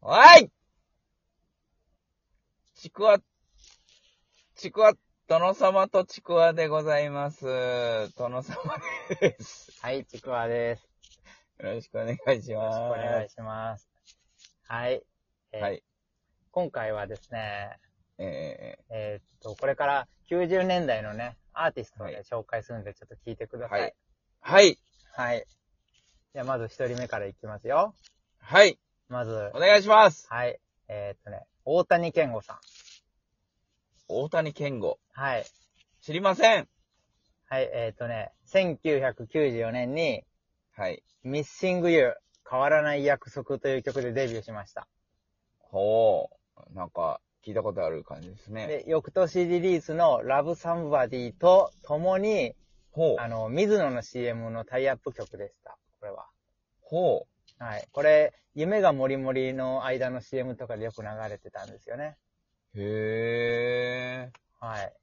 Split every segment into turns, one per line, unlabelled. おいちくわ、ちくわ、殿様とちくわでございます。殿様です。
はい、ちくわです。
よろしくお願いし
よろ
ま
し
す。
くお願いします。はい。えー
はい。
今回はですね、
え
えーっと、これから90年代のね、アーティストをね
はい
紹介するんで、ちょっと聞いてく
ー
ださ
はいい。。はい。
はい。じゃあ、まず一人目からいきますよ。
はい。
まず
お、願いします。
はい。えーっとね、大谷健吾さん。
大谷健吾。
はい。
知りません。
はい、えーっとね、1994年に、
はい。
ミッシングユー、変わらない約束という曲でデビューしました。
ほう。なんか、聞いたことある感じですね。
で、翌年リリースのラブサンバディと共に、
ほう。
あの、水野の CM のタイアップ曲でした。これは。
ほ
はい。これ、夢がもりもりの間の CM とかでよく流れてたんですよね。
う。へー。
はい。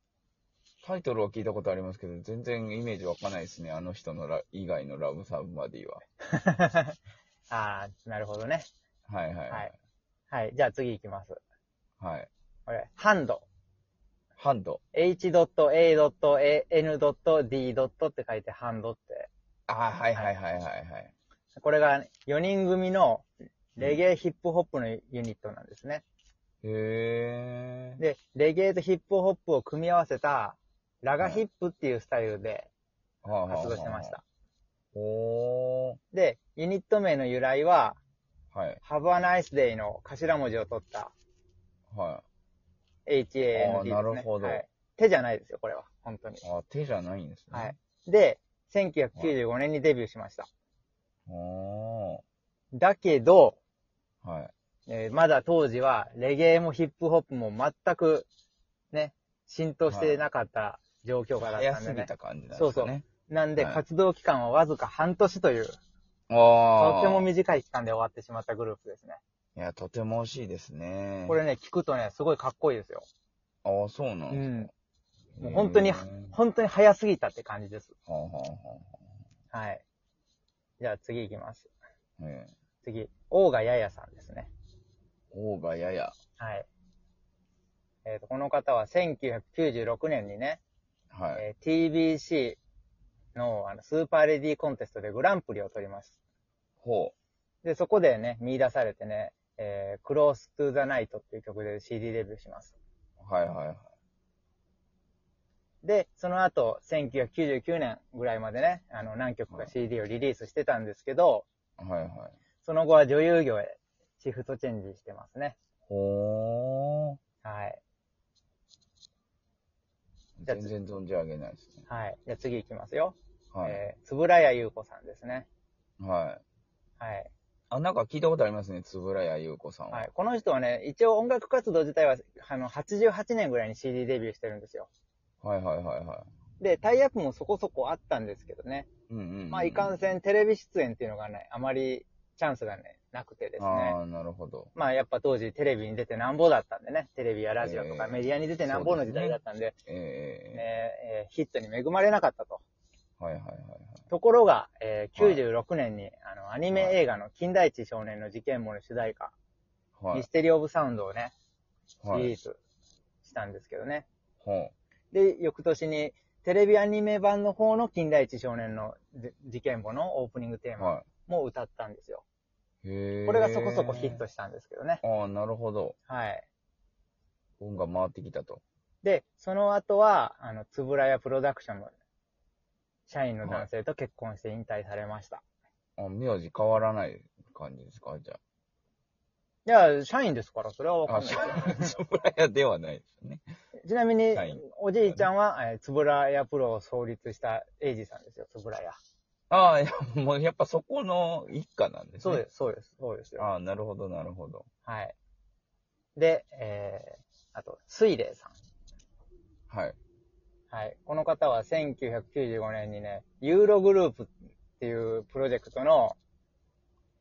タイトルは聞いたことありますけど、全然イメージわかんないですね。あの人のラ以外のラブサブマディは。
あー、なるほどね。
はいはい。
はい。はい。じゃあ次行きます。
はい。
これ、ハンド。
ハンド。
h.a.n.d. って書いてハンドって。
ああ、はいはいはいはいはい。
これが4人組のレゲエヒップホップのユニットなんですね。
へえ。
で、レゲエとヒップホップを組み合わせた、ラガヒップっていうスタイルで
はあはあはあ
活動してました。。
おー。
で、ユニット名の由来は、
はい。
Have a nice day の頭文字を取った
は
HAND です、ね。
あーなるほど
はい。手じゃないですよ、これは。本当に。
い。あ、手じゃないんですね。
はい。。で、1995年にデビューしました。
お
だけど、
ー。はい。
えーまだ当時は、レゲエもヒップホップも全く、ね、浸透してなかった状況下だっ
早
たんですね
ぎ。た感じなんですかね。
なんで、
はい
活動期間はわずか半年という、
あ
と
あ。
ても短い期間で終わってしまったグループですね。
いや、とても惜しいですね。
これね、聞くとね、すごいかっこいいですよ。
ああ、そうなん
う
です
ん。
か。
もう本当に
へーは
本当に早すぎたって感じです。
あは
はい。じゃあ次行きます。
あはあ。ええ。
次、大賀ややさんですね。
王がやや。
はい。えっ、と、この方は1996年にね、
はい。
えー TBC のあのスーパーレディーコンテストでグランプリを取ります。
ほ
で、そこでね、見出されてね、えー、Close to the Night っていう曲で CD デビューします。
う。はいはいはい。
で、その後、1999年ぐらいまでね、あの、何曲
は
か
い
CD をリリースしてたんですけど、
はいはい。
その後は女優業へシフトチェンジしてますね。
ほー。
はい。じゃあ
全然存じ上げないですね。
はい。じゃあ次行きますよ。
はい。
えー、つぶらやゆうこさんですね。
はい。
はい。
あ、なんか聞いたことありますね、つぶらやゆうこさんは。
はい。この人はね、一応音楽活動自体は、あの、88年ぐらいに CD デビューしてるんですよ。
はいはいはいは
で、タイアップもそこそこあったんですけどね。
い。うんうん、うん。
まあ、いかんせんテレビ出演っていうのがね、あまりチャンスがね、なくてですね
あ。あ、なるほど。
まあやっぱ当時テレビに出てなんぼだったんでね、テレビやラジオと
え
か
ー
メディアに出てなんぼの時代だったんで、
え
ね
え
えーヒットに恵まれなかったと。
はいはいはいはい。
ところが、えー96年に、あの、アニメ映画の金田一少年の事件簿の主題歌、
はい
ミス。テリー・オブ・サウンドをね、
は
リリ
い
ー。スしたんですけどね。
ほ
で、翌年に、テレビアニメ版の方の金田一少年のじ事件簿のオープニングテー
う。
マ
は
も歌ったんですよ。
い。へえ。
これがそこそこヒットしたんですけどね。
ああ、なるほど。
はい。
運が回ってきたと。
で、その後は、あの、つぶらやプロダクションの社員の男性と結婚して引退されました。
あ、名字変わらない感じですかじゃ
いや、社員ですから、それはわ
あ。
か
あ、
んない
そ
です
そ
よ。
こらやではないですね。
ちなみに
社員、
おじいちゃんは、えーつぶらやプロを創立したエイジさんですよ、つぶらや。
ああ、いやもうやっぱそこの一家なんですね。。
そうですす、そうです、そうですよ。
ああ、なるほど、なるほど。
はい。で、えー、あと、水霊さん。
はい。
はい。この方は1995年にね、ユーログループっていうプロジェクトの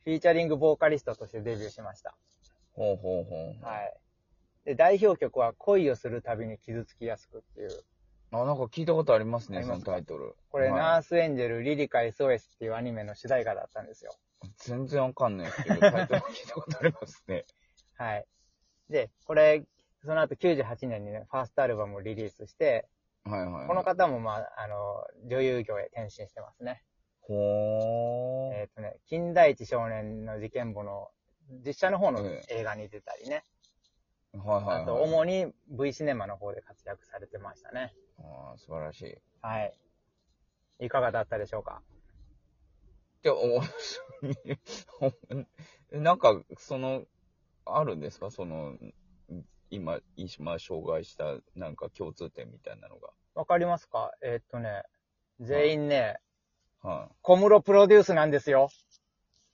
フィーチャリングボーカリストとしてデビューしました。
ほうほうほう。
はい。で、代表曲は恋をするたびに傷つきやすくっていう
あ、なんか聞いたことあります
あ
ね、
り
そ
ます
の
か
タイトル。
これ、ナ
はい
ースエンジェル、リリカ SOS っていうアニメの主題歌だったんですよ。
全然わかんないですけ ど、タイトル聞いたことありますね。
はい。で、これ、その後98年にね、ファーストアルバムをリリースして、
はいはい、はい。
この方もまあ、あの、女優業へ転身してますね。
ほー。
えっ、とね、金田一少年の事件簿の実写の方の
え
映画に出たりね。
はいはい、はい。
あと、主に V シネマの方で活躍されてましたね。
あー素晴らしい。い
はい。いかがだったでしょうか
や、お なんか、その、あるんですかその、今、今、障害した、なんか共通点みたいなのが。
わかりますかえーっとね、全員ね、
はい、
小室プロデュースなんですよ。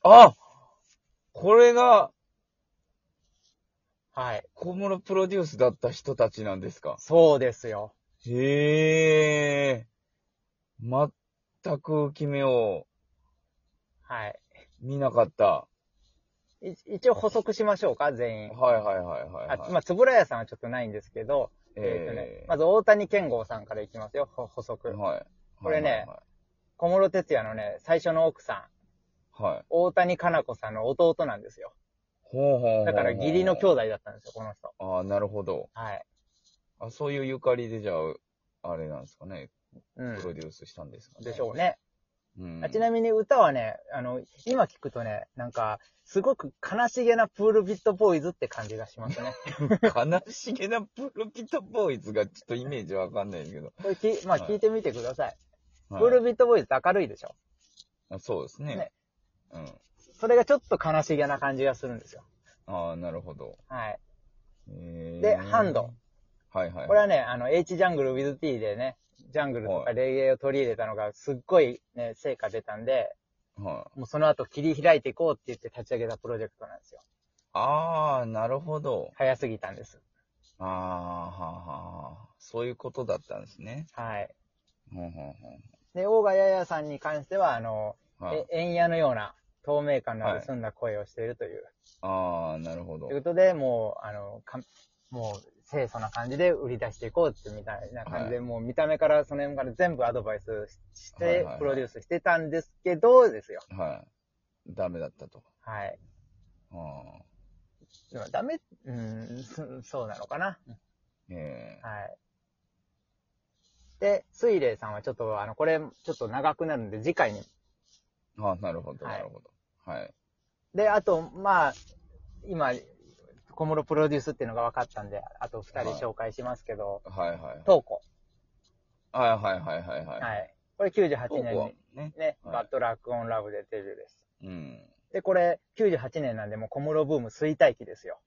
あこれが、
はい。
小室プロデュースだった人たちなんですか
そうですよ。
へえ。ー。全く決めを
はい。
見なかった。
い一応補足しましょうか、全員。
はいはいはいはい、はい。
あまあ、つぶらやさんはちょっとないんですけど、えーとね
え、
まず大谷健吾さんからいきますよ、ほ補
ー
足。
はい。
これね
はいは
小室哲也のね、最初の奥さん、
いはい。はい。
大谷かな子さんの弟なんですよ。
ほうほうほうほう
だから義理の兄弟だったんですよ、この人。
ああ、なるほど。
はい。
あそういうゆかりで、じゃあ、あれなんですかね。
う
プロ
ん。
デュースしたんですかね。
でしょうね。
う。ん。
あちなみに歌はね、あの、今聞くとね、なんか、すごく悲しげなプールビットボーイズって感じがしま すね。
悲しげなプロピタボーイズがちょっとイメージわかんないですけど。
これき、まあ
はい
聞いてみてください。
はい
プールビットボーイズって明るいでしょ。
あそうですね。
ね
うん。
それがちょっと悲しげな感じがするんですよ。
ああ、なるほど。
はい。
で
でハンド。
はいはい。
これはね、あの、H ジャングル with T でね、ジャングルと
は
か
い
レゲエを取り入れたのがすっごいね、成果出たんで、
はい、
もうその後切り開いていこうって言って立ち上げたプロジェクトなんですよ。
ああ、なるほど。
早すぎたんです。
ああ、はあはあ。そういうことだったんですね。
はい。
ほんほん
で、大賀ややさんに関しては、あの、
ほんはい
え、円矢のような透明感のあ
は
る
い
澄んだ声をしているという。
ああ、なるほど
とい。うことで、もう、あの、かもう、清楚な感じで売り出していこうってみたいな感じで、
は
もう見た目からその辺から全部アドバイスしして、
はいはいはい
プロデュースしてたんですけど、ですよ。
はい。ダメだったと。
はい。
ああ。
でもダメ、うん、 そそうなのかな。
ええ
はい。で、水霊さんはちょっと、あの、これ、ちょっと長くなるんで、次回に。
ああ、なるほど、
はい
なるほど。はい。
で、あと、まあ、今、小室プロデュースっていうのが分かったんで、あと二人紹介しますけど、
はいはい。
トーコ。
はいはいはいはいはい。
はい。これ98
僕
年
は
に
ね。
ね、
はい
バッドラックオンラブでデビューです。
うん。
で、これ98年なんでもう小室ブーム衰退期ですよ。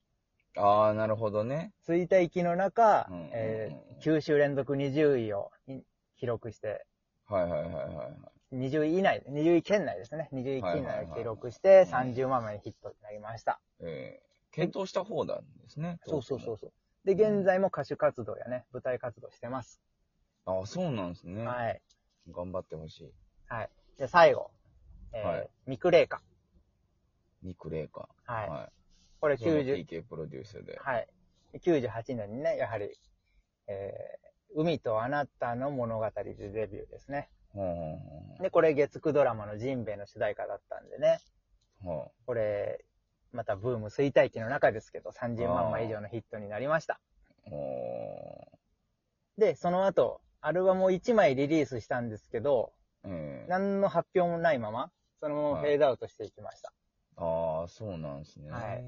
ああ、なるほどね。
衰退期の中、
うんうんうん
えー、9週連続20位をい記録して、
はいはいはいはいはい。
20位以内、20位圏内ですね。20位
はい
圏
はいはい
内
はい
を記録して
うん
30万枚ヒットになりました。
ええ検討した方なんですね。。
そうそうそううそう。で、現在も歌手活動やね、舞台活動してます。
ああ、そうなんですね。
はい。
頑張ってほしい。
はい。で、最後。えー
はい
ミクレイカ。
ニクレーカー。
はい。
はい。
これ
その
90、
PK プロデュースで。
はい。98年にね、やはり、えー海とあなたの物語でデビューですね。
ほうほう
で、これ月9ドラマのジンベエの主題歌だったんでね。
ほうほ
これ、またブーム衰退期の中ですけど、30万枚以上のヒットになりました。
う。ほ
で、その後、アルバムを1枚リリースしたんですけど、
う。ええ
何の発表もないまま、そのままフェードアウトしていきました。
ああ、そうなんですね。
はい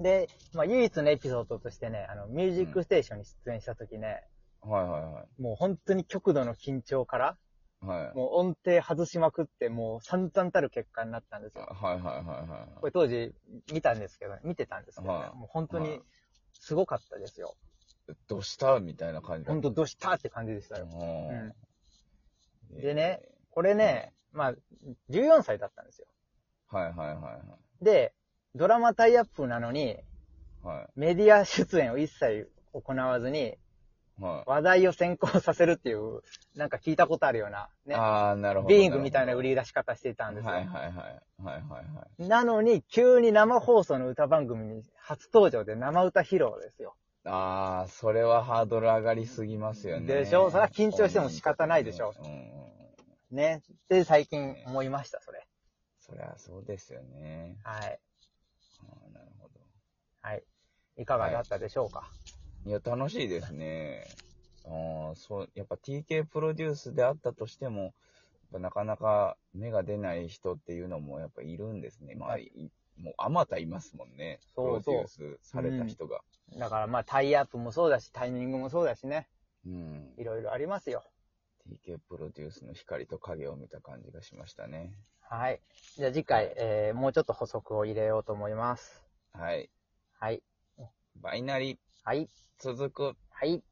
で、まあ、唯一のエピソードとしてね、あの、ミュージックステーションに出演した時ね、
はいは
もう本当に極度の緊張から、
いはい。はい。
もう音程外しまくって、もう散々たる結果になったんですよ。
はいはいはいはい。
これ当時見たんですけど、ね、見てたんですけど、ね
はい
もう本当
は
に
い
すごかったですよ。
どうしたみたいな感じだ
本
った
当どうしたって感じでしたよ。
う
う
ん
ん。でね。これね、まあ、14歳だったんですよ。
はいはいはいはい。
で、ドラマタイアップなのに、
は
メディア出演を一切行わずに、
い。は
話題を先行させるっていう、なんか聞いたことあるような、
い。
ね、
ああ、なるほど。
ビーイングみたいな売
り
り出し方していた
なん
ですよ。
はいはいはい。はいはいはい。
なのに、急に生放送の歌番組に初登場で生歌披露ですよ。
ああ、それはハードル上がりすぎますよね。
でしょそれは緊張しても仕方ないでしょ
うんうんうん。
ね。で、最近思いました、それ。
そりゃそうですよね。
はい。
あーなるほど。
はい。いかがだったでしょうか。
いや、楽しいですね。ああ、そう、やっぱ TK プロデュースであったとしても、やっぱなかなか芽が出ない人っていうのもやっぱいるんですね。まあ、いもうあまたいますもんね。
そう
プ
そう
ロデュースされた人が。
だからまあ、タイアップもそうだし、タイミングもそうだしね。
うん。
いろいろありますよ。
TK プロデュースの光と影を見た感じがしましたね。
はい。じゃあ次回、えー、もうちょっと補足を入れようと思います。
はい。
はい。
バイナリ
はい。
続く。
はい。